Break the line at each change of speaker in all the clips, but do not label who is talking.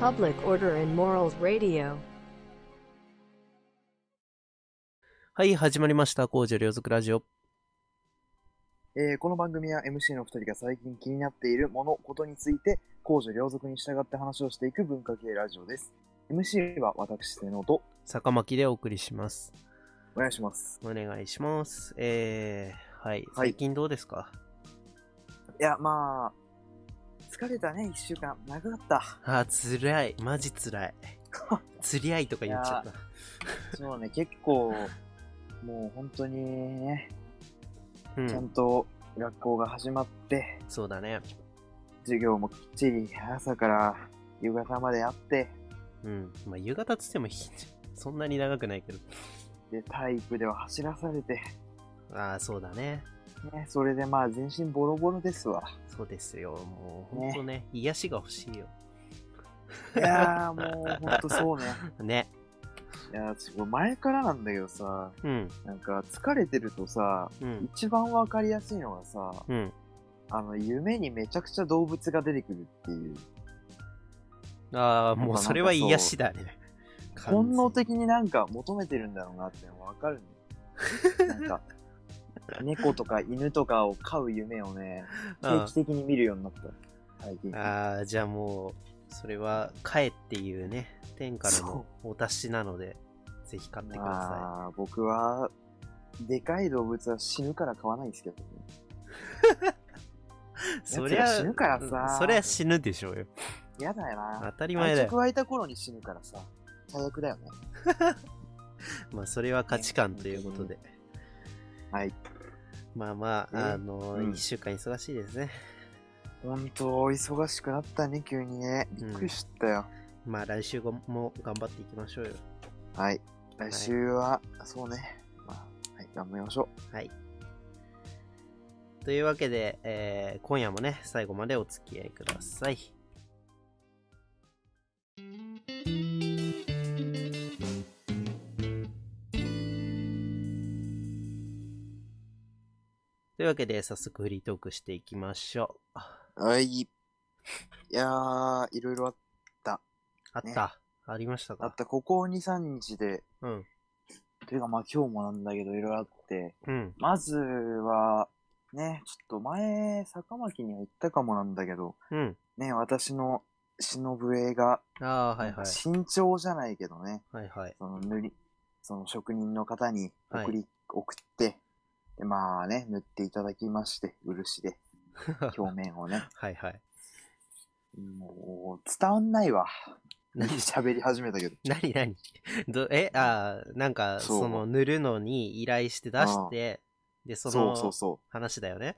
Public Order and Morals Radio.
はい、始まりました。工事両族ラジオ。
えーこの番組は MC の2人が最近気になっているもの、ことについて、公序両俗に従って話をしていく文化系ラジオです。MC は私、瀬能と、
坂巻でお送りします。
お願いします。
お願いします。えー、はい。
はい
最近どうですか
いや、まあ、疲れたね、1週間。長かった。
あー、つらい。マジつら い。つりあいとか言っちゃった。
そうね、結構、もう本当にね、
う
ちゃ
ん
ん。と学校が始まって、
そうだね。
授業もきっちり朝から夕方まであって、
うん。まあ、夕方っつってもひ、そんなに長くないけど。
で、体育では走らされて、
あー、そうだね。
ね、それでまあ全身ボロボロですわ。
そうですよ。もう、ほんとね、癒しが欲しいよ。
いやー、もう本当そうね。
ね。
いや、ちょ前からなんだけどさ、
うん。
なんか疲れてるとさ、
うん。
一番わかりやすいのがさ、
うん。
あの、夢にめちゃくちゃ動物が出てくるっていう、
あー、もうそれは癒しだね。
本能的になんか求めてるんだろうなってのがわかるん だよ。なんか、猫とか犬とかを飼う夢をね、定期的に見るようになった。最近。
ああ、じゃあもう、それは、帰っていうね、天からのお達しなので、ぜひ買ってくださ
まあ、僕は、でかい動物は死ぬから飼わないんですけどね。
い。
やつら死ぬからさ
そりゃ死ぬでしょうよ。
嫌だよな。
当たり前だ
愛着
よ。
湧いた頃に死ぬからさ、最悪だよね。
まあ、それは価値観ということで。
はい。
まあま
ね
あ、あの
う
ー、
ん
一週間忙しいですね。
本当忙しくなったね急にねびっくりしたよ、
まあ、来週も頑張っていきましょうよ。
はい来週は、そうねまあはい頑張りましょ
はい。というわけで、えー今夜もね、最後までお付き合いください。というわけで、早速フリートークしていきましょう。
うはいいやーいろいろあっ
あった、
ね
ありました
あ
か
ったここ23日で
うん。
というかまあ今日もなんだけどいろいろあって
うん。
まずはねちょっと前坂巻には言ったかもなんだけど
うん。
ね私の忍笛が
ああー、はいはい。
身長じゃないけどね、
はいはい。
その塗り、その職人の方に
はい
送り、送って、で、まあね、塗っていただきまして、漆で、表面をね。
はいはい。
もう、伝わんないわ。 喋り始めたけど。
なになにどえ、ああ、なんか、
そう
その、塗るのに依頼して出して、で、そ
そうそう
の
そ
話だよね。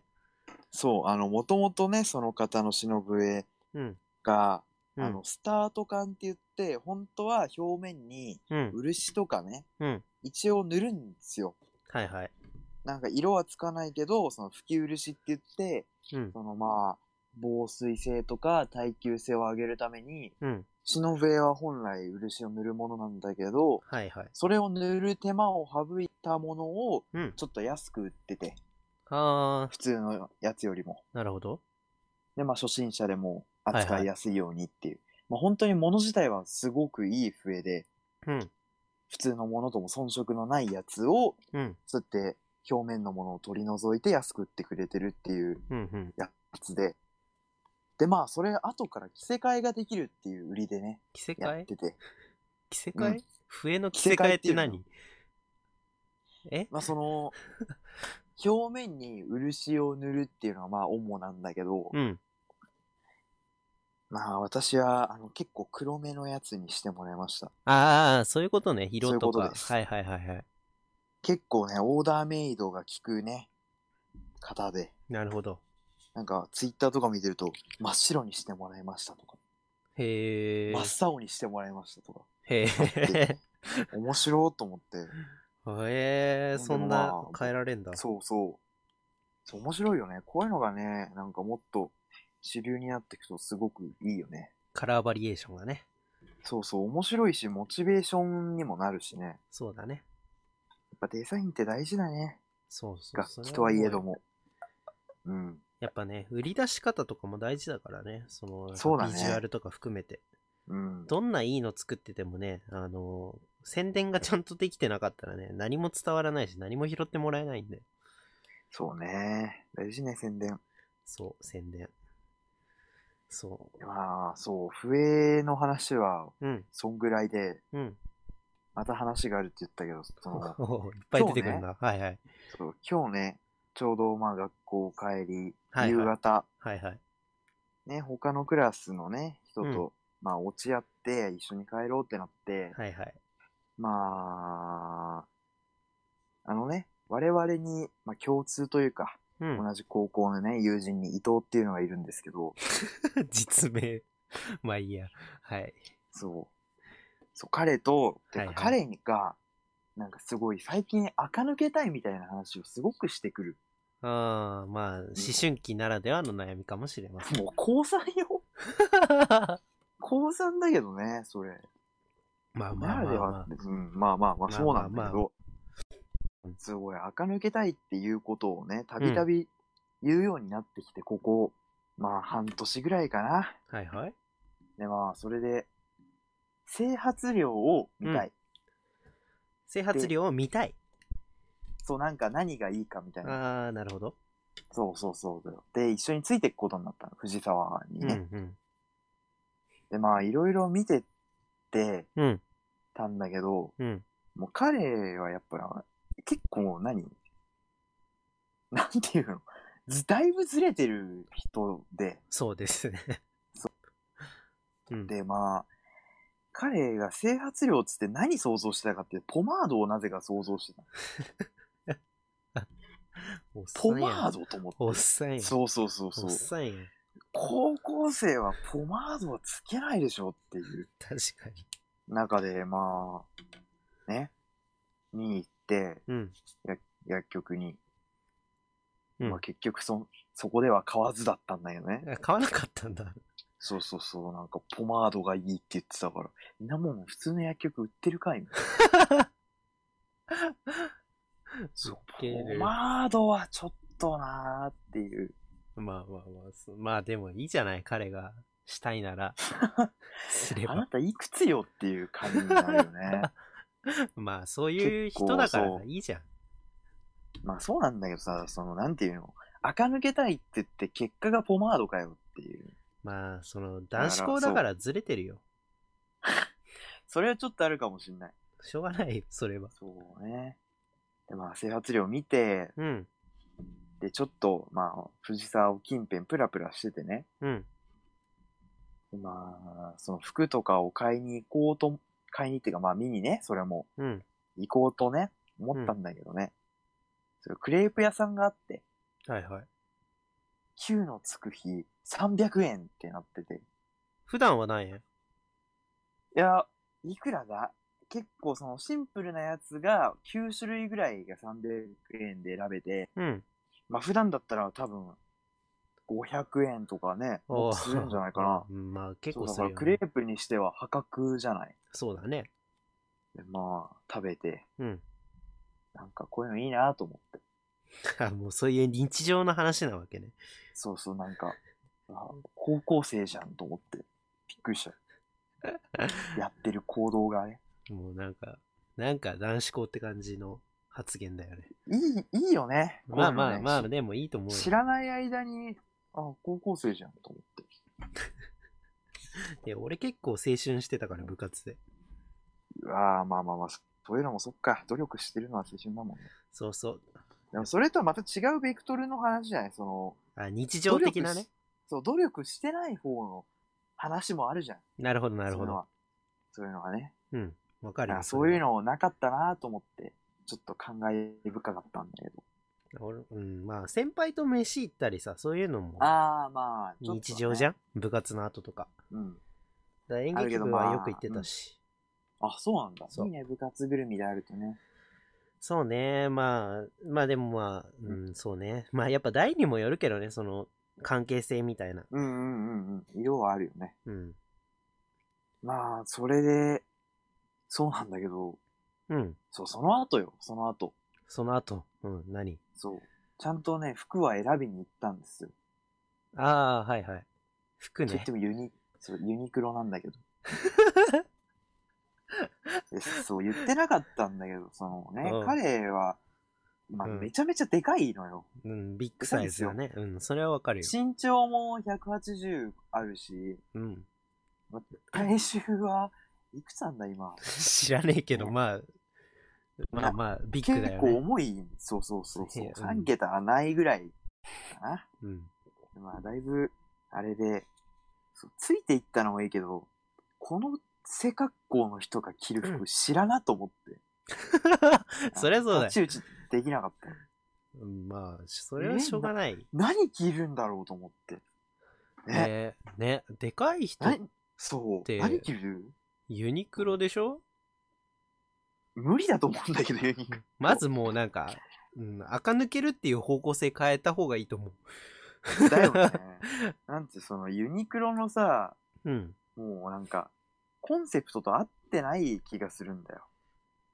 う。そう、あの、もともとね、その方の忍笛
うん。
が、
う
あ
ん
の、。スタート感って言って、本当は表面に
うん。
漆とかね、
うん。
一応塗るんですよ。
はいはい。
なんか色はつかないけど、その吹き漆って言って、
うん。
そのまあ、防水性とか耐久性を上げるために、
うん。
シノベは本来漆を塗るものなんだけど、
はいはい。
それを塗る手間を省いたものを
うん。
ちょっと安く売ってて、
あ
普通のやつよりも。
ー、なるほど。
で、まあ初心者でも
はい
扱
はい
いやすいようにっていう。まあ本当に物自体はすごくいい笛で、
うん。
普通のものとも遜色のないやつを、
うん。
そうやって表面のものを取り除いて安く売ってくれてるっていう
うん。うん。
やつで。で、まあそれ後から着せ替えができるっていう売りでね、
着せ
や
替
っ
え
てて。
着せ替
う
え
ん
笛の着せ替えって何え
まあ その、表面に漆を塗るっていうのはまあ主なんだけど、
うん。
まあ私はあの結構黒目のやつにしてもらいました。
あー、そういうことね。色と
そう
か。
いうことです
はいはいはいはい。
結構ね、オーダーメイドが効くね、方で、
なるほど。
なんかツイッターとか見てると、真っ白にしてもらいましたとか、
へー。
真っ青にしてもらいましたとか、
へー。
面白いと思って、
へー、そん
でも
な
まあ
変えられんだ。
そうそう。そう面白いよね。こういうのがね、なんかもっと主流になっていくとすごくいいよね。
カラーバリエーションがね。
そうそう、面白いし、モチベーションにもなるしね。
そうだね。
やっぱデザインって大事だね。
そうそう。そ
楽
れ
器とはいえど
もう。
も。うん。
やっぱね、売り出し方とかも大事だからね。その、
そうだね
ビジュアルとか含めて。
うん。
どんないいの作っててもね、あの、宣伝がちゃんとできてなかったらね、何も伝わらないし、何も拾ってもらえないんで。
そうね。大事ね、宣伝。
そう、宣伝。そ
まあ、そう、笛の話は、
う。うん、
そんぐらいで、
うん。
また話があるって言ったけど、そ
お
の、
おいっぱい出てくるんだ。はいはい。
そう今日ね、ちょうどまあ学校帰り、
はいはい
夕方、
はいはい。
ね、他のクラスのね、人と、
う
まあ、落ち合って、一緒に帰ろうってなって、
はいはい。
まあ、あのね、我々に、まあ、共通というか、
うん。
同じ高校のね、友人に伊藤っていうのがいるんですけど、
実名。まあいいや。はい。
そう。そう、彼と、て
はい
か
はい
彼が、なんかすごい最近垢抜けたいみたいな話をすごくしてくる。
ああ、まあ、思春期ならではの悩みかもしれません。
もう高3よ高3だけどね、それ。
まあま
な
あ
らで
まあ、
は
ま
って、うん、まあまあま
まあ
あ、そうなんだ
まあ
け
ま
ど、すごい、垢抜けたいっていうことをね、たびたび言うようになってきて、ここ、まあ、半年ぐらいかな。
あ。はいはい。
で、まあ、それで、整髪量を見たい。
う整髪量を見たい。
そう、なんか何がいいかみたいな。
ああ、なるほど。
そうそうそう。で、一緒についていくことになったの、藤沢に
うん
ね。
うん。
で、まあ、いろいろ見てって
うん
たんだけど、
うん。
もう彼はやっぱ、結構何 なんていうのずだいぶずれてる人で、
そうですね。そう。ん。
で、まあ、彼が整髪量つって何想像してたかって、ポマードをなぜか想像してた。
おっさ
ポ
んやん
マードと思
おっ
っ
さんや
て。
ん。
そうそうそう
お
そ
っ
う。
さんやん。
高校生はポマードはつけないでしょっていう
確かに。
中で、まあ、ね、に行って、
うん。
薬局に。
うん
まあ結局そ、そこでは買わずだったんだよね。
あ買わなかったんだ。
そうそうそう、なんかポマードがいいって言ってたから、んなもん普通の薬局売ってるかいみたい な。そう、
ける
ポマードはちょっとなーっていう。
まあまあまあ、そうまあでもいいじゃない、彼がしたいなら。すれ
あな
ば。
たいくつよっていう感じになるよ ね。
まあそういう
結構
人だから
そう
いいじゃん。
まあそうなんだけどさ、その、なんていうの、垢抜けたいって言って結果がポマードかよっていう。
まあ、その男子校だからずれてるよ。
それはちょっとあるかもしんない。
しょうがないよ、それは。
そうね。で、まあ、整髪量見て、
うん、
で、ちょっと、まあ、藤沢を近辺プラプラしててね。
うん、
でまあ、その服とかを買いに行こうと、買いにっていうか、まあ見にね、それも
うん。
行こうとね、思ったんだけどね。それクレープ屋さんがあって、
はいはい。
9のつく日300円ってなってて。
普段は何円
いや、いくらだ結構そのシンプルなやつが9種類ぐらいが300円で選べて、
うん。。
まあ普段だったら多分500円とかね、もっとするんじゃないか な
うんまあ結
そう
構
だ
す
か
るよ、
ら
ね。
クレープにしては破格じゃない。
そうだね。
でまあ食べて、
うん。
なんかこういうのいいなと思って。
あ もうそういう日常の話なわけね。
そうそう、なん か、あ高校生じゃんと思って、びっくりした。 やってる行動がね。
もうなんか、なんか男子校って感じの発言だよね。
いい、いいよね。
まあまあまあ、
こういうのね
でもいいと思うよ。
知らない間に、あ、高校生じゃんと思って。
いや俺結構青春してたから、部活で。
うわあまあまあまあ、そそういうのもそっか、努力してるのは青春だもんね。
そうそう。
でもそれとはまた違うベクトルの話じゃないその、
あ日常的な
努力
ね
し。そう、努力してない方の話もあるじゃん。
なるほど、なるほど。
そういうのは。そういうのはね。
うん。わかる
あ
よ。
そういう
の。
のなかったなと思って、ちょっと感慨深かったんだけど。
俺うん、まあ、先輩と飯行ったりさ、そういうのも
ああ、まあ、ちょっとね
日常じゃん、部活の後とか。
う
だ
ん。
から演
ある
劇
けど
部
ま
は
あ
よく行ってたし。
あ、そうなんだ。
そう
いいね、部活ぐるみであるとね。
そうね、まあ、まあでもまあ、うん、そうね。まあやっぱ代にもよるけどね、その関係性みたいな。
うんうんうんうん。色はあるよね。
うん。
まあ、それで、そうなんだけど、
うん。
そう、その後よ、その後。
その後、うん、何
そう。ちゃんとね、服は選びに行ったんですよ。
ああ、はいはい。服
と言っ
ね
て。もユニ、そうユニクロなんだけど。えそう言ってなかったんだけど、そのね、
うん
彼は、まあ、
うん
めちゃめちゃでかいのよ。
うん、ビッグサイズだね。うん、それはわかるよ。
身長も180あるし、
うん。
体重はいくつなんだ今。
知らねえけど、まあ、まあまあ、ビッグ
結
だよ
構
ね。
重い、そうそうそうそう
いや。うん
3桁ないぐらいかな。
うん。
まあ、だいぶ、あれで、そうついていったのもいいけど、この背格好の人が着る服知らなと思って。
そりゃそうだよ
立ち打ちできなかった。
うんまあ、それはしょうがない。
何着るんだろうと思って。ね、
ねね、でかい人、
何そう。
で
何着る
ユニクロでしょ
無理だと思うんだけど、ユニクロ
まずもうなんか、うん、垢抜けるっていう方向性変えた方がいいと思
だよね。なんて、そのユニクロのさ、
う。うん。
もうなんか、コンセプトと合ってない気がするんだよ。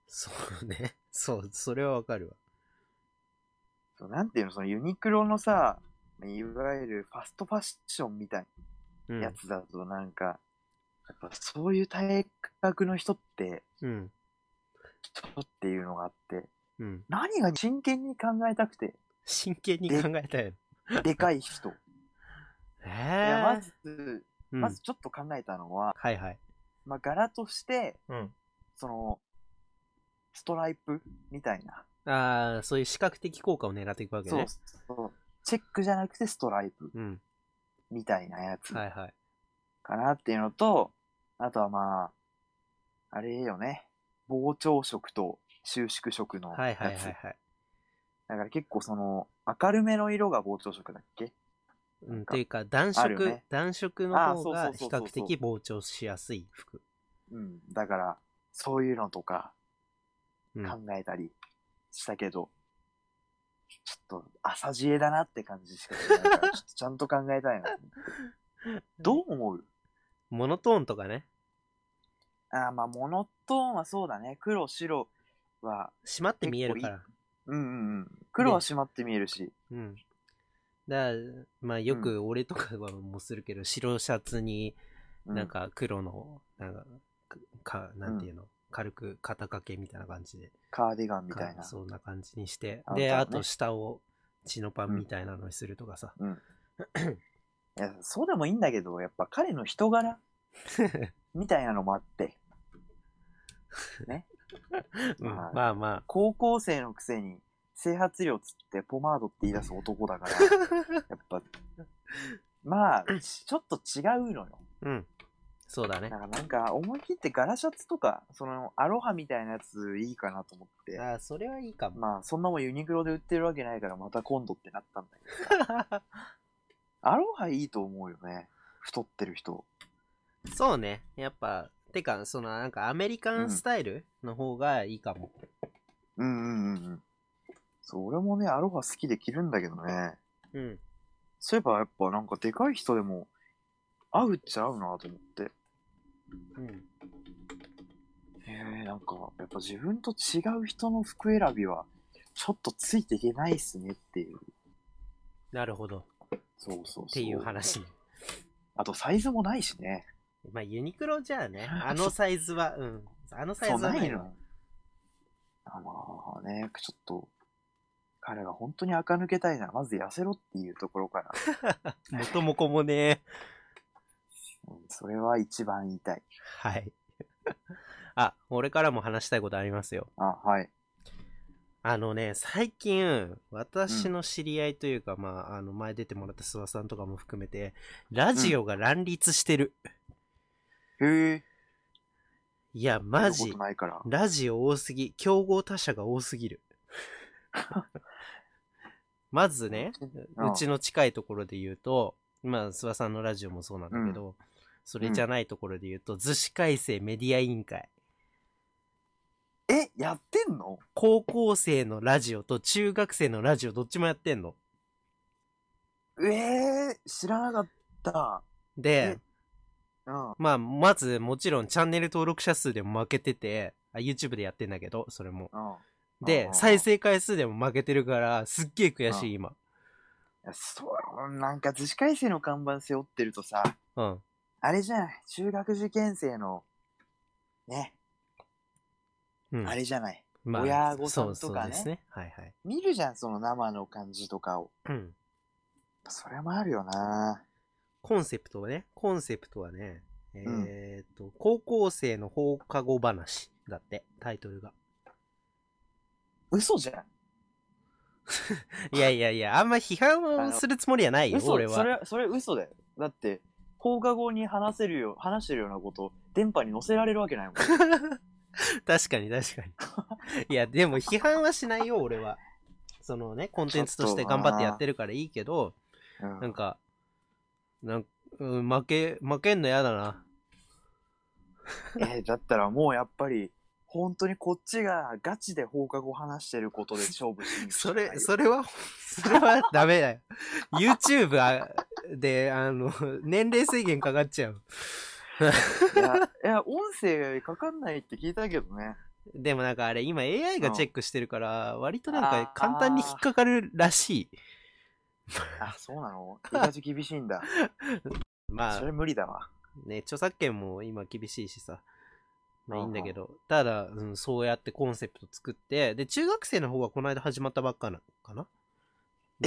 そうね。 そう、それはわかるわ。
そうなんていうの、そのユニクロのさ、いわゆるファストファッションみたいな
うん。
やつだとなんか、やっぱそういう体格の人って、
うん。
人っていうのがあって、
うん。
何が真剣に考えたくて、
真剣に考えたよ。
でかい人。い
ええ
や、ま
ー
ず、
うん
まずちょっと考えたのは、
はいはい。
まあ柄として、
うん。
その、ストライプみたいな。
ああ、そういう視覚的効果を狙っていくわけ
そう
ね。
そう。チェックじゃなくてストライプ
うん。
みたいなやつ
はいはい。
かなっていうのと、あとはまあ、あれよね。膨張色と収縮色のやつ。
はいはいはいはい。
だから結構その、明るめの色が膨張色だっけ
う
なん
ん、
か
というか、暖
ある
色、
よね
暖色の
あー
方
そうそうそ
が
う
比
そう
較的膨張しやすい服。
うん。だから、そういうのとか
うん、
考えたりしたけど、ちょっと朝知恵だなって感じしかしない から、ちょっとちゃんと考えたいなと思って。どう思う
モノトーンとかね。
あーまあ、モノトーンはそうだね。黒、白は、
締まって見えるから。
うんうんうん。黒は締まって見えるし、
うん。だからまあよく俺とかはもうするけど、白シャツに
う
なん、か黒の、なんか、か、なんていうの、軽く肩掛けみたいな感じで、
カーディガンみたい
か
な。
そんな感じにして
あ、
で、
そうね
あと下をチノパンみたいなのにするとか さ。
いや、そうでもいいんだけど、やっぱ彼の人柄みたいなのもあって、
うん
まあ
まあま
高校生のくせに整髪料つってポマードって言い出す男 だから、やっぱ、まあ、ちちょっと違うのよ。
あ、うん。そうだ
だ
ね
か。らなんか思い切って柄シャツとか、そのアロハみたいなやついいかなと思って、
ああ、それはいいかも。
まあそんなもんユニクロで売ってるわけないからまた今度ってなったんだけど、アロハいいと思うよね。太ってる人。
そうね。やっぱ、てか、そのなんかアメリカンスタイルの方がいいかも。
うんうんうんうん。そう、俺もね、アロハ好きで着るんだけどね。
うん。
そういえばやっぱなんかでかい人でも合うっちゃ合うなと思って。
うん。
へえなんかやっぱ自分と違う人の服選びはちょっとついていけないっすねっていう
なるほど。っ
そうそうそう
ていう話ね。
あとサイズもないしね
まあ、ユニクロじゃあ ね、あのサイズは、うん。あのサイ
そう
ズは
な
ないいわ
のあまあねちょっと彼が本当に垢抜けたいならまず痩せろっていうところから、
元も子もね。
うんそれは一番言いたい
はい。 あ、俺からも話したいことありますよ。
あはい
あのね、最近、私の知り合いというか、まあ、あの、前出てもらった諏訪さんとかも含めて、ラジオが乱立してる。
へえ
いや、マ
見
ジ
たこと。ないから
ラジオ多すぎ。競合他社が多すぎ る。まずね、
うん
うちの近いところで言うと、まあ、諏訪さんのラジオもそうなんだけど、それじゃないところで言うと、逗子改正メディア委員会。
えやってんの
高校生のラジオと中学生のラジオどっちもやってんの。
えー、知らなかった
で、
うん
まあ、まずもちろんチャンネル登録者数でも負けてて、あ YouTube でやってんだけど、それも。
うん
で、
うん
再生回数でも負けてるから、すっげえ悔しい、今。
いやそうなんか、逗子改正の看板背負ってるとさ、
うん。
あれじゃない中学受験生の、ね、
うん
あれじゃない
まあ
親御さん
そう
とか
そう
ね
ですね。はいはい。
見るじゃん、その生の感じとかを。
うん。
それもあるよな
コンセプトはね、コンセプトはね、えーっと、高校生の放課後話だって、タイトルが。
嘘じゃん。
いやいやいや、あんま批判をするつもりはないよ、
嘘
俺
そ
は。
れ、それ嘘だよ。だって、放課後に話せるよ、話してるようなこと、電波に載せられるわけ ないもん。
確かに確かに。 いや、でも批判はしないよ、俺は。そのね、コンテンツとして頑張ってやってるからいいけど、
うん
なんか、なんうん、負け、負けんのやだな。
えーだったらもうやっぱり、本当にこっちがガチで放課後話してることで勝負してみるし
そ
かないよ
れ、それ は、それはダメだよ。YouTube あで、あの、年齢制限かかっちゃう。
いや、いや音声かかんないって聞いたけどね。
でもなんかあれ、今 AI がチェックしてるから、割となん
あ
か
ー
簡単に引っかかるらしい。
あ、そうなの 意外と厳しいんだ。
まあ
それ、無理だわ。
ね、著作権も今厳しいしさ。まあいいんだけ
ど。
ど。ただ、うん、そうやってコンセプト作って、で、中学生の方がこの間始まったばっかな、かな
え、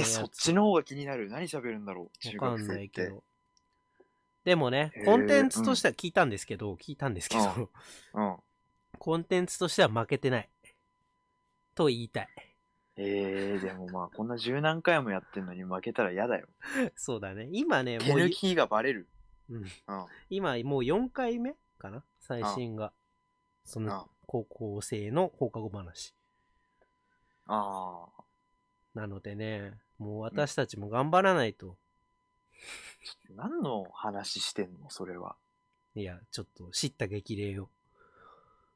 のやつ
そっちの方が気になる。何喋るんだろう中
わか
学
んな
生
い
っ
け
て。
ど。でもね
へ、ー
コンテンツとしては聞いたんですけど、聞いたんですけ
う
ど、
うん。
コンテンツとしては負けてない。と言いたい。
えー、でもまあ、こんな十何回もやってんのに負けたら嫌だよ。
そうだね。今ね、
手
もう
抜
い、
きがバレる。
うん
うん。
今もう4回目かな最新が。その
あ
高校生の放課後話。
あー、
なのでね、もう私たちも頑張らないと。
何の話してんのそ れは。
いや、ちょっと、叱咤激励を。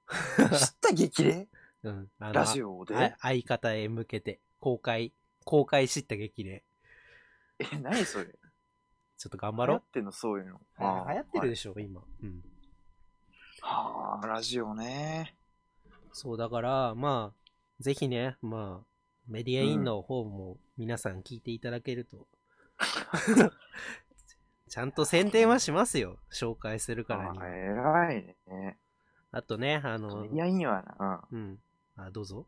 知った激励
うん。あの
ラジオ
あ
で
相方へ向けて、公開、公開叱咤激励。
え、何それ
ちょっと頑張
流
ろ
行
う
っ。てんのそういうの。
流行ってる
で
でしょ、今。うん。
はあ、ラジオね。
そう、だから、まあ、ぜひね、まあ、メディアインの方も皆さん聞いていただけると。 ちゃんと宣伝はしますよ。紹介するからに
あ
は。
偉いね。
あとね、あの、
いや、いいわな。うん。
うん。あ、どうぞ。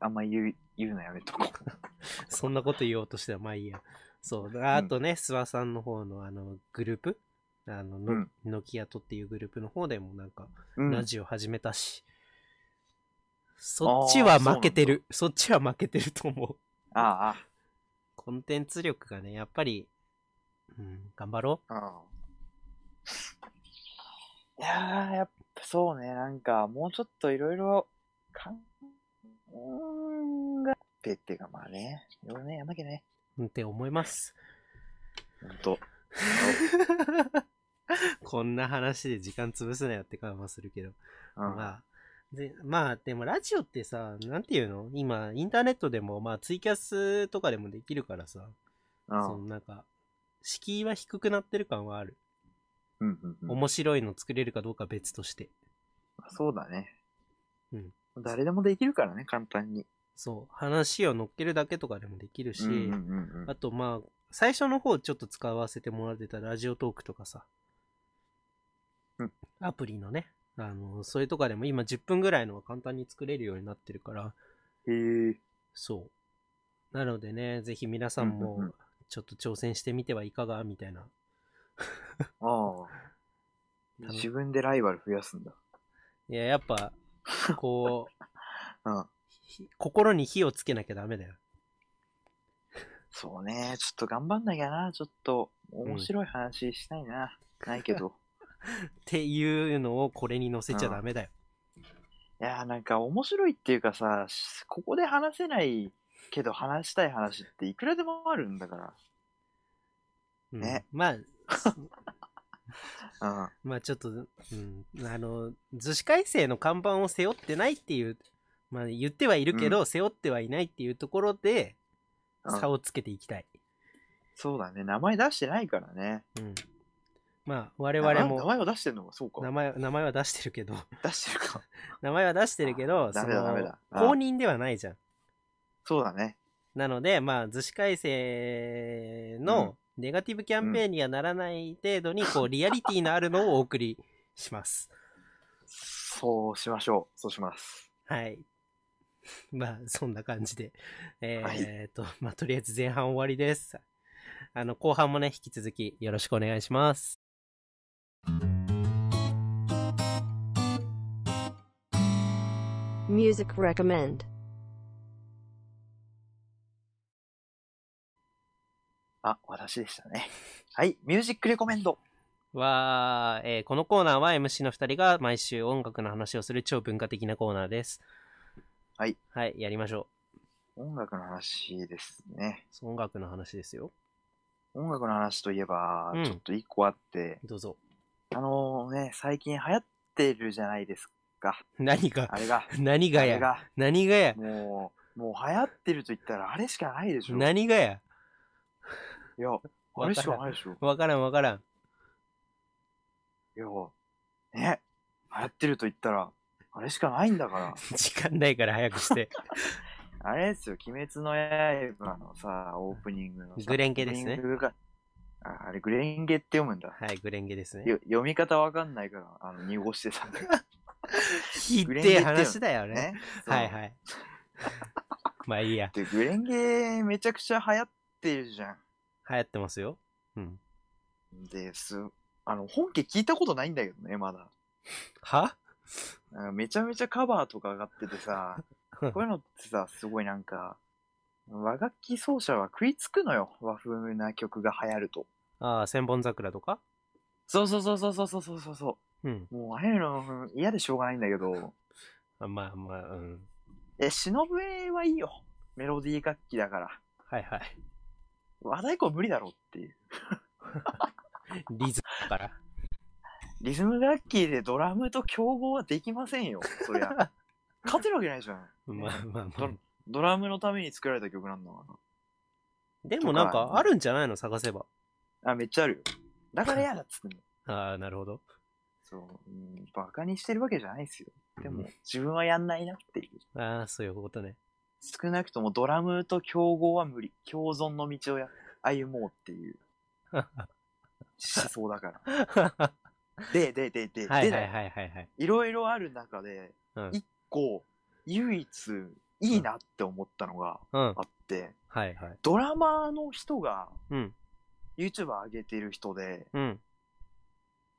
あんま言う、言うのやめとこう。
そんなこと言おうとしてはまあいいや。そう。ああとね、諏訪さんの方のあの、グループあの、の
うん
ノキアトっていうグループの方でもなんか、
うん
ラジオ始めたし。そっちは負けてる。そっちは負けてると思う。
あ
コンテンツ力がね、やっぱり、うん、頑張ろ
あ、ああ。いやー、やっぱそうね、なんか、もうちょっといろいろ、考えてっていうか、まあね、いろいろね、やんなきゃね。
うって思います。
ほんと。
こんな話で時間潰すなよって感はするけど。
うん。
まあ、で、まあ、でもラジオってさ、なんていうの今、インターネットでも、まあ、ツイキャスとかでもできるからさ、
う
その
ん。
なんか、敷居は低くなってる感はある。
うんうんうん
面白いの作れるかどうかは別として。
そうだね。
うん。
誰でもできるからね、簡単に。
そう、話を乗っけるだけとかでもできるし、
うんうんうんうん
あとまあ、最初の方ちょっと使わせてもらってたラジオトークとかさ、
うん
アプリのね、あの、それとかでも今10分ぐらいのは簡単に作れるようになってるから、
へえ。
そう。なのでね、ぜひ皆さん
うんうんう
も
ん
ちょっと挑戦してみてはいかがみたいな。
ああ。
楽
自分でライバル増やすんだ。
いや、やっぱ、こう、
うん。
ひ 心に火をつけなきゃダメだよ。
そうね。ちょっと頑張んなきゃな。ちょっと面白い話したいな。ない けど。
っていうのをこれに乗せちゃダメだよ。
いやーなんか面白いっていうかさ、しここで話せないけど話したい話っていくらでもあるんだか
うん
ね
まあ、
ら。
まあちょっと、うん、あの、図司改正の看板を背負ってないっていう、まあ言ってはいるけど、背負ってはいないっていうところで、
うん。
差
うん、
をつけていきたい。
そうだね。名前出してないからね。
うん。まあ我々
名
も、
前名前を出してんのか、そうか
名。前、名前は出してるけど、
出してるか。
名前は出してるけど、
ダ
そ
メだダメ
の
だ、
公認ではないじゃん。
そうだね。
なので、まあ図司改正の、ネガティブキャンペーンにはならない程度に、こう、リアリティのあるのをお送りします。
そうしましょう。そうします。
はい。 まあ、そんな感じで。えーえーと、まあ、とりあえず前半終わりです。あの、後半もね、引き続きよろしくお願いします。
Music recommend.
あ、私でしたね。はい、ミュージックレコメンド。
は、えーこのコーナーは MC の2人が毎週音楽の話をする超文化的なコーナーです。
はい。
はい、やりましょ
音楽の話ですね。
う。音楽の話ですよ。
音楽の話といえば、
うん
ちょっと一個あって、
どうぞ。
あのね、最近流行ってるじゃないですか。
何が
あ れが。
何
あ
が
れ
や
が。
何がや
もう、もう流行ってると言ったらあれしかないでしょ。い
何がや
や、あれしかないでしょ。
わからんわからん。
いや、ね、流行ってると言ったら、あれしかないんだから。
時間ないから早く して。
あれですよ、鬼滅の刃のさ、オープニングのさ
グレンゲですね
オープニングがああれ、グレンゲって読むんだ。
はい、グレンゲですね。
よ読み方わかんないから、あの、濁してさ。
ひでえ話だよ ね。
ね。そう
はい はい。まあいいや。
で、グレンゲめちゃくちゃ流行ってるじゃ
流行ってますよ。うん。
ん。です。あの、本家聞いたことないんだけどね、まだ。
は
あめちゃめちゃカバーとか上がっててさ、こういうのってさ、すごいなんか、和楽器奏者は食いつくのよ。和風な曲が流行ると。
ああ、千本桜とか
そうそうそうそうそうそうそうそう。
うん。
もうああいうの嫌でしょうがないんだけど、
あまあまあ、うん。
え、忍えはいいよ。メロディー楽器だから。
はいはい。
和太鼓無理だろっていう。
リズム から。
リズム楽器でドラムと競合はできませんよ。そり ゃ。勝てるわけないじゃん。
まあまあまあ
ど。ドラムのために作られた曲なんだか
でもなん
と
か
か
あるんじゃないの探せば。
ら。あ、めっちゃあるよ。だから嫌だっつってんの。
ああ、なるほど。
そう、うん。バカにしてるわけじゃないですよ。で
う
も
ん、
自分はやんないなっていう。
ああ、そういうことね。
少なくともドラムと競合は無理。共存の道をや歩もうっていう思想だから。
は
で、で、で、で、
い
で
はい
だ
はい
よ。
はいはい。
いろいろある中で、
うん
一個、唯一、いいなって思ったのが
うん。
あって、
はいはい。
ドラマーの人が、
うん。
YouTuber 上げてる人で、
うん。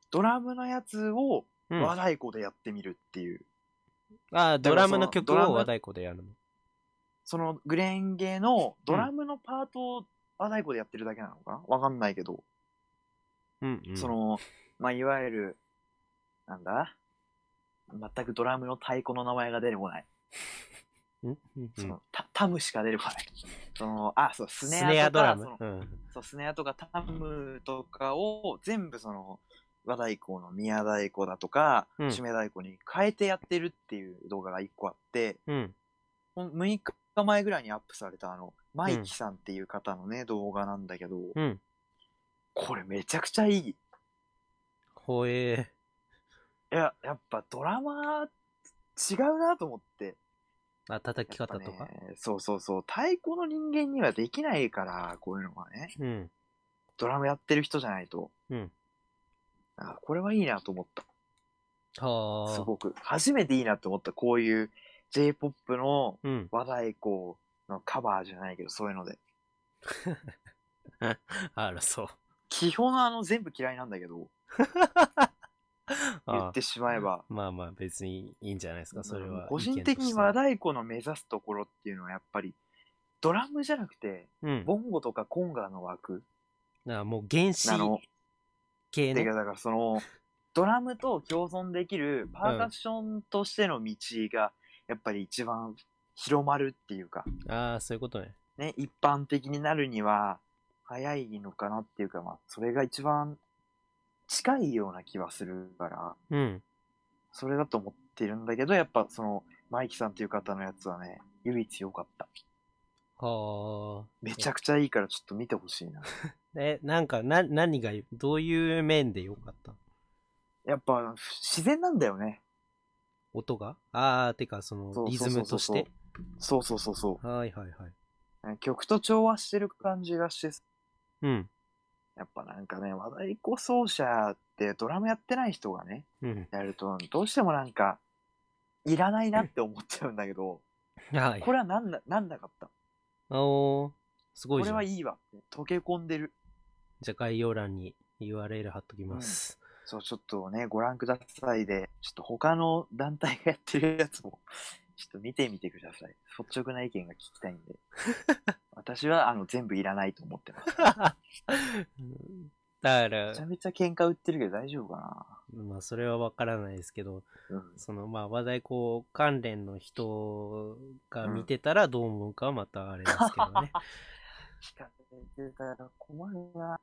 ドラムのやつを
うん、
和
あ
太鼓でやってみるっていう。
あ、ドラムの曲
だから
を
その
和太鼓でやるの。
そのグレンゲのドラムのパートを和太鼓でやってるだけなのかなわかんないけど、
うん、うん。
その、まあ、いわゆる、なんだ全くドラムの太鼓の名前が出てこない。
うん、うんう
そ
ん、
のタタムしか出てこない。 その、あ、そう、ス
ス
ネア
ネア
と
ド
か
ラ
そ
ム
の。
うん。
そう、スネアとかタムとかを全部その、和太鼓の宮太鼓だとか、
うん
締め太鼓に変えてやってるっていう動画が1個あって、
うん。
ほん6日前ぐらいにアップされたあの、マイキさんっていう方のね、動画なんだけど、
うん。
これめちゃくちゃいい。い
ほえ
や、やっぱドラマー違うなと思って。
ー。あ、叩き
やっぱ
方
ね
とか。
そうそうそう。太鼓の人間にはできないから、こういうのはね。
うん。
ドラムやってる人じゃないと。
うん。
あこれはいいなと思った。
はあ。
すごく。初めていいなって思った。こういう J-POP の
うん。
和太鼓のカバーじゃないけど、そういうので。
あら、そう。
基本あの全部嫌いなんだけど、言
あ
ってしまえば。
まあまあ、別にいいんじゃないですか、それは。
個人的に和太鼓の目指すところっていうのはやっぱり、ドラムじゃなくて、
うん。
ボンゴとかコンガの枠
あもう原始
なの。
系
て
ね
か、。だからその、ドラムと共存できるパーカッションとしての道が、やっぱり一番広まるっていうか、
ああ、そういうことね。
ね、一般的になるには、早いのかなっていうか、まあ、それが一番近いような気はするから、
うん。
それだと思ってるんだけど、やっぱその、マイキさんっていう方のやつはね、唯一良かった。
はあ。
めちゃくちゃいいからちょっと見てほしいな。
え、なんか、な、何が、どういう面でよかった
やっぱ自然なんだよね。
音がああ、てか、そ
そ
の、
う
リズムとして。
そうそうそうそ
はいはいはい。
う。曲と調和してる感じがして、
うん。
やっぱなんかね、和太鼓奏者ってドラムやってない人がね、
うん。
やると、どうしてもなんか、いらないなって思っちゃうんだけど、
はい。
これはなんな、なんなかった。
おー、す
こ
ごいじ
れ
ゃん。
はいいわって。溶け込んでる。
じゃあ概要欄に URL 貼っときます。
そう、ちょっとね、ご覧くださいで、ちょっと他の団体がやってるやつも、 ちょっと見てみてください。率直な意見が聞きたいん で。私は、あの、全部いらないと思ってます。
うん だか
め
ら
ちゃ、めちゃ喧嘩売ってるけど大丈夫か
まあそれはわからないですけど、
なうん。
そのまあ和太鼓関連の人が見てたらどう思うかはまたあれですけ どね。
聞かれてたら困るな。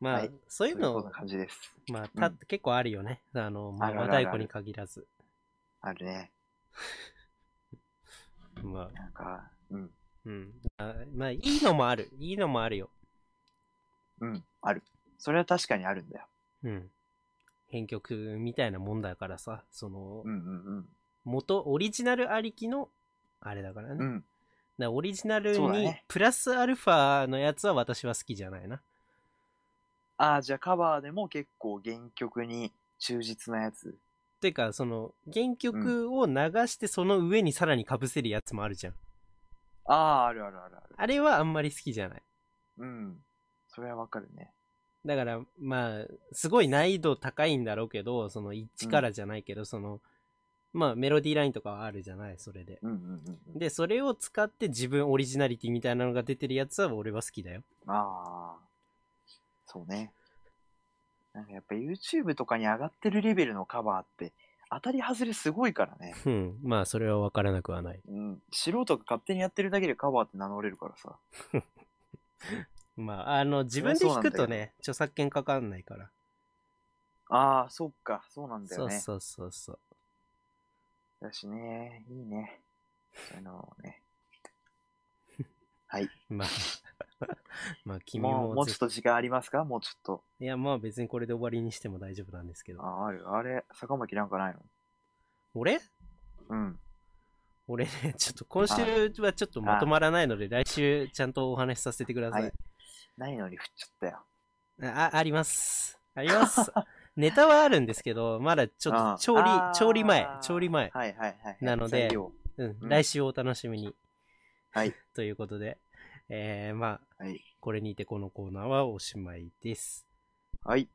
まあ、
はい
そう
と
い
いううよ
の
うな感じです。
まあた、
うん
結構あるよね。あの、まあ、
ある
和
ある
太
あ
鼓
る
に限らず。
あるね。
まあ、
なんか、うん。
うん。あまあ、いいのもある。いいのもあるよ。
うん。ある。それは確かにあるんだよ。
うん。編曲みたいなもんだからさ、その
う、んうん
元、オリジナルありきの、あれだからね。
う
だ
ん。う
か
ん。
らオリジナル
そうだ
に
ね、
プラスアルファのやつは私は好きじゃないな。
ああ、じゃあカバーでも結構原曲に忠実なやつ。
ていうか、その、原曲を流してその上にさらに被せるやつもあるじゃん。
ああ、あるあるあるある。
あれはあんまり好きじゃない。
うん。それはわかるね。
だから、まあ、すごい難易度高いんだろうけど、その、一からじゃないけど、その、まあ、メロディーラインとかはあるじゃない、それで。
うんうんうんうん。
で、それを使って自分オリジナリティみたいなのが出てるやつは俺は好きだよ。
ああ。そうね。なんかやっぱ YouTube とかに上がってるレベルのカバーって当たり外れすごいからね。
うん。まあ、それは分からなくはない。
うん。素人が勝手にやってるだけでカバーって名乗れるからさ。
まあ、あの、自分で弾くと
そうなんだ
ね、著作権かかんないから。
ああ、そっか。そうなんだ
そ
よ
う
ね。
そうそうそう。
だしね、いいね。そういうの をね。はい。
まあ、 まあ、君
もう、も
も
うちょっ
絶、
と時間ありますかもうちょっと。
いや、まあ別にこれで終わりにしても大丈夫なんですけど。
あ、ある。あれ、坂巻なんかないの
俺
うん。
俺ね、 ちょっと今週はちょっとまとまらないので、来週ちゃんとお話しさせてください。
はいないのに振っちゃったよ。
あ、あります。あり ます。ネタはあるんですけど、まだちょっと調理
あ、ー
調理前、調理前。
はいはいはい。
なので
材料
うん、
うん
来週お楽しみに。
はい。
ということで、えー、まあ、
はい。
これにてこのコーナーはおしまいです。
はい。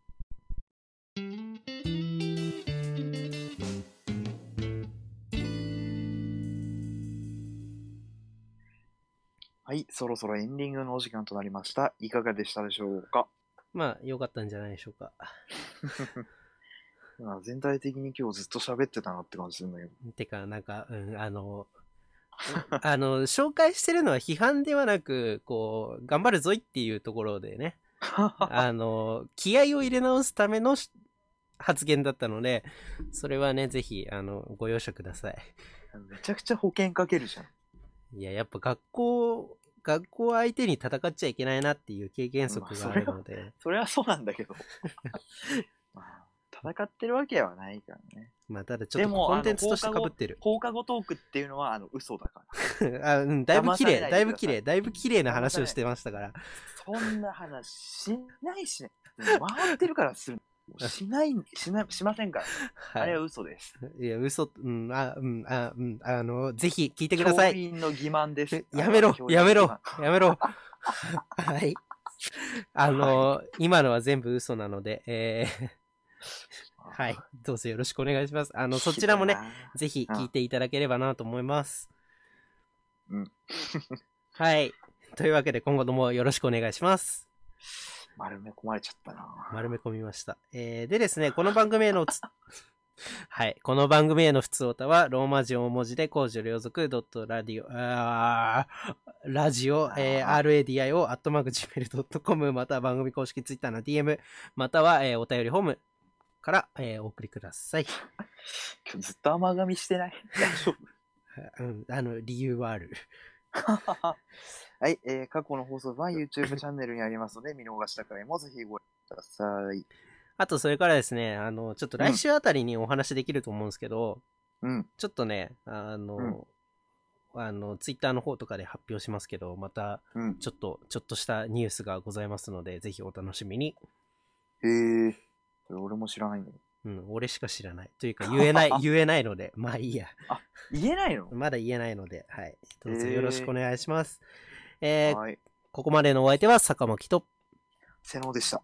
はい、そろそろエンディングのお時間となりました。いかがでしたでしょうか、
まあ、良かったんじゃないでしょうか。
まあ全体的に今日ずっと喋ってたなって感じするんだけど。
てか、なんか、うん、あ の、うんあの、紹介してるのは批判ではなく、こう、頑張るぞいっていうところで ね、あの、気合を入れ直すためのし発言だったので、それはね、ぜひ、あの、ご容赦ください。
めちゃくちゃ保険かけるじゃん。
いや、やっぱ学校、学校相手に戦っちゃいけないなっていう経験則
まあ
が
そ
あ
れ
る
は
ので、
それはそうなんだけど。 まあ戦ってるわけはないからね。
まあ、ただちょっ
で
と
も
コンテンツとして
あ
被
の
ってる。
放課後トークっていうのはあの嘘だから。
あうん、だいぶ綺麗、
騙されないでください
だいぶ綺麗、だいぶ綺麗な話をしてましたから。
そんな話しないしね。回ってるからする。しない、しない、しませんから。
はい
あれは嘘です。
いや、嘘、うん、あ、うん、あ、うん、あの、ぜひ聞いてくださ
教
い。
員の欺瞞です
え。やめろ
あの
やめろ。
教員の欺瞞
やめろ。 はい。あの、今のは全部嘘なので、えー、はい。どうぞよろしくお願いします。あの、そちらもね、。ぜひ聞いていただければなと思います。
うん
はい。というわけで、今後ともよろしくお願いします。
丸め込まれちゃったな。
丸め込みました。えーでですね、この番組へ のつ、はい、この番組への普通歌は、ローマ字大文字で、公序良俗ドットラディオ、あーラジオ、えー、
あ
RADIO、アットマーク Gmail.com、または番組公式ツイッターの DM、または、えーお便りホームから、えーお送りください。
今日ずっと甘噛みして ない。大丈夫。
うん、あの、理由はある。
はい、えー過去の放送は YouTube チャンネルにありますので、見逃した回もぜひご覧ください。
あと、それからですね、あの、ちょっと来週あたりにお話できると思うんですけど、
うん。
ちょっとね、あの、
うん
あの、ツイッターの方とかで発表しますけど、また、
うん。
ちょっと、ちょっとしたニュースがございますので、ぜひお楽しみに。
へえ。それ俺も知らないんだけど。
うん、俺しか知らない。と いうか、言えない、言えないので、まあいいや。
言えないの
まだ言えないので、はい。どうぞ
えー
よろしくお願いします。えー
はい。
ここまでのお相手は坂巻と、
瀬能でした。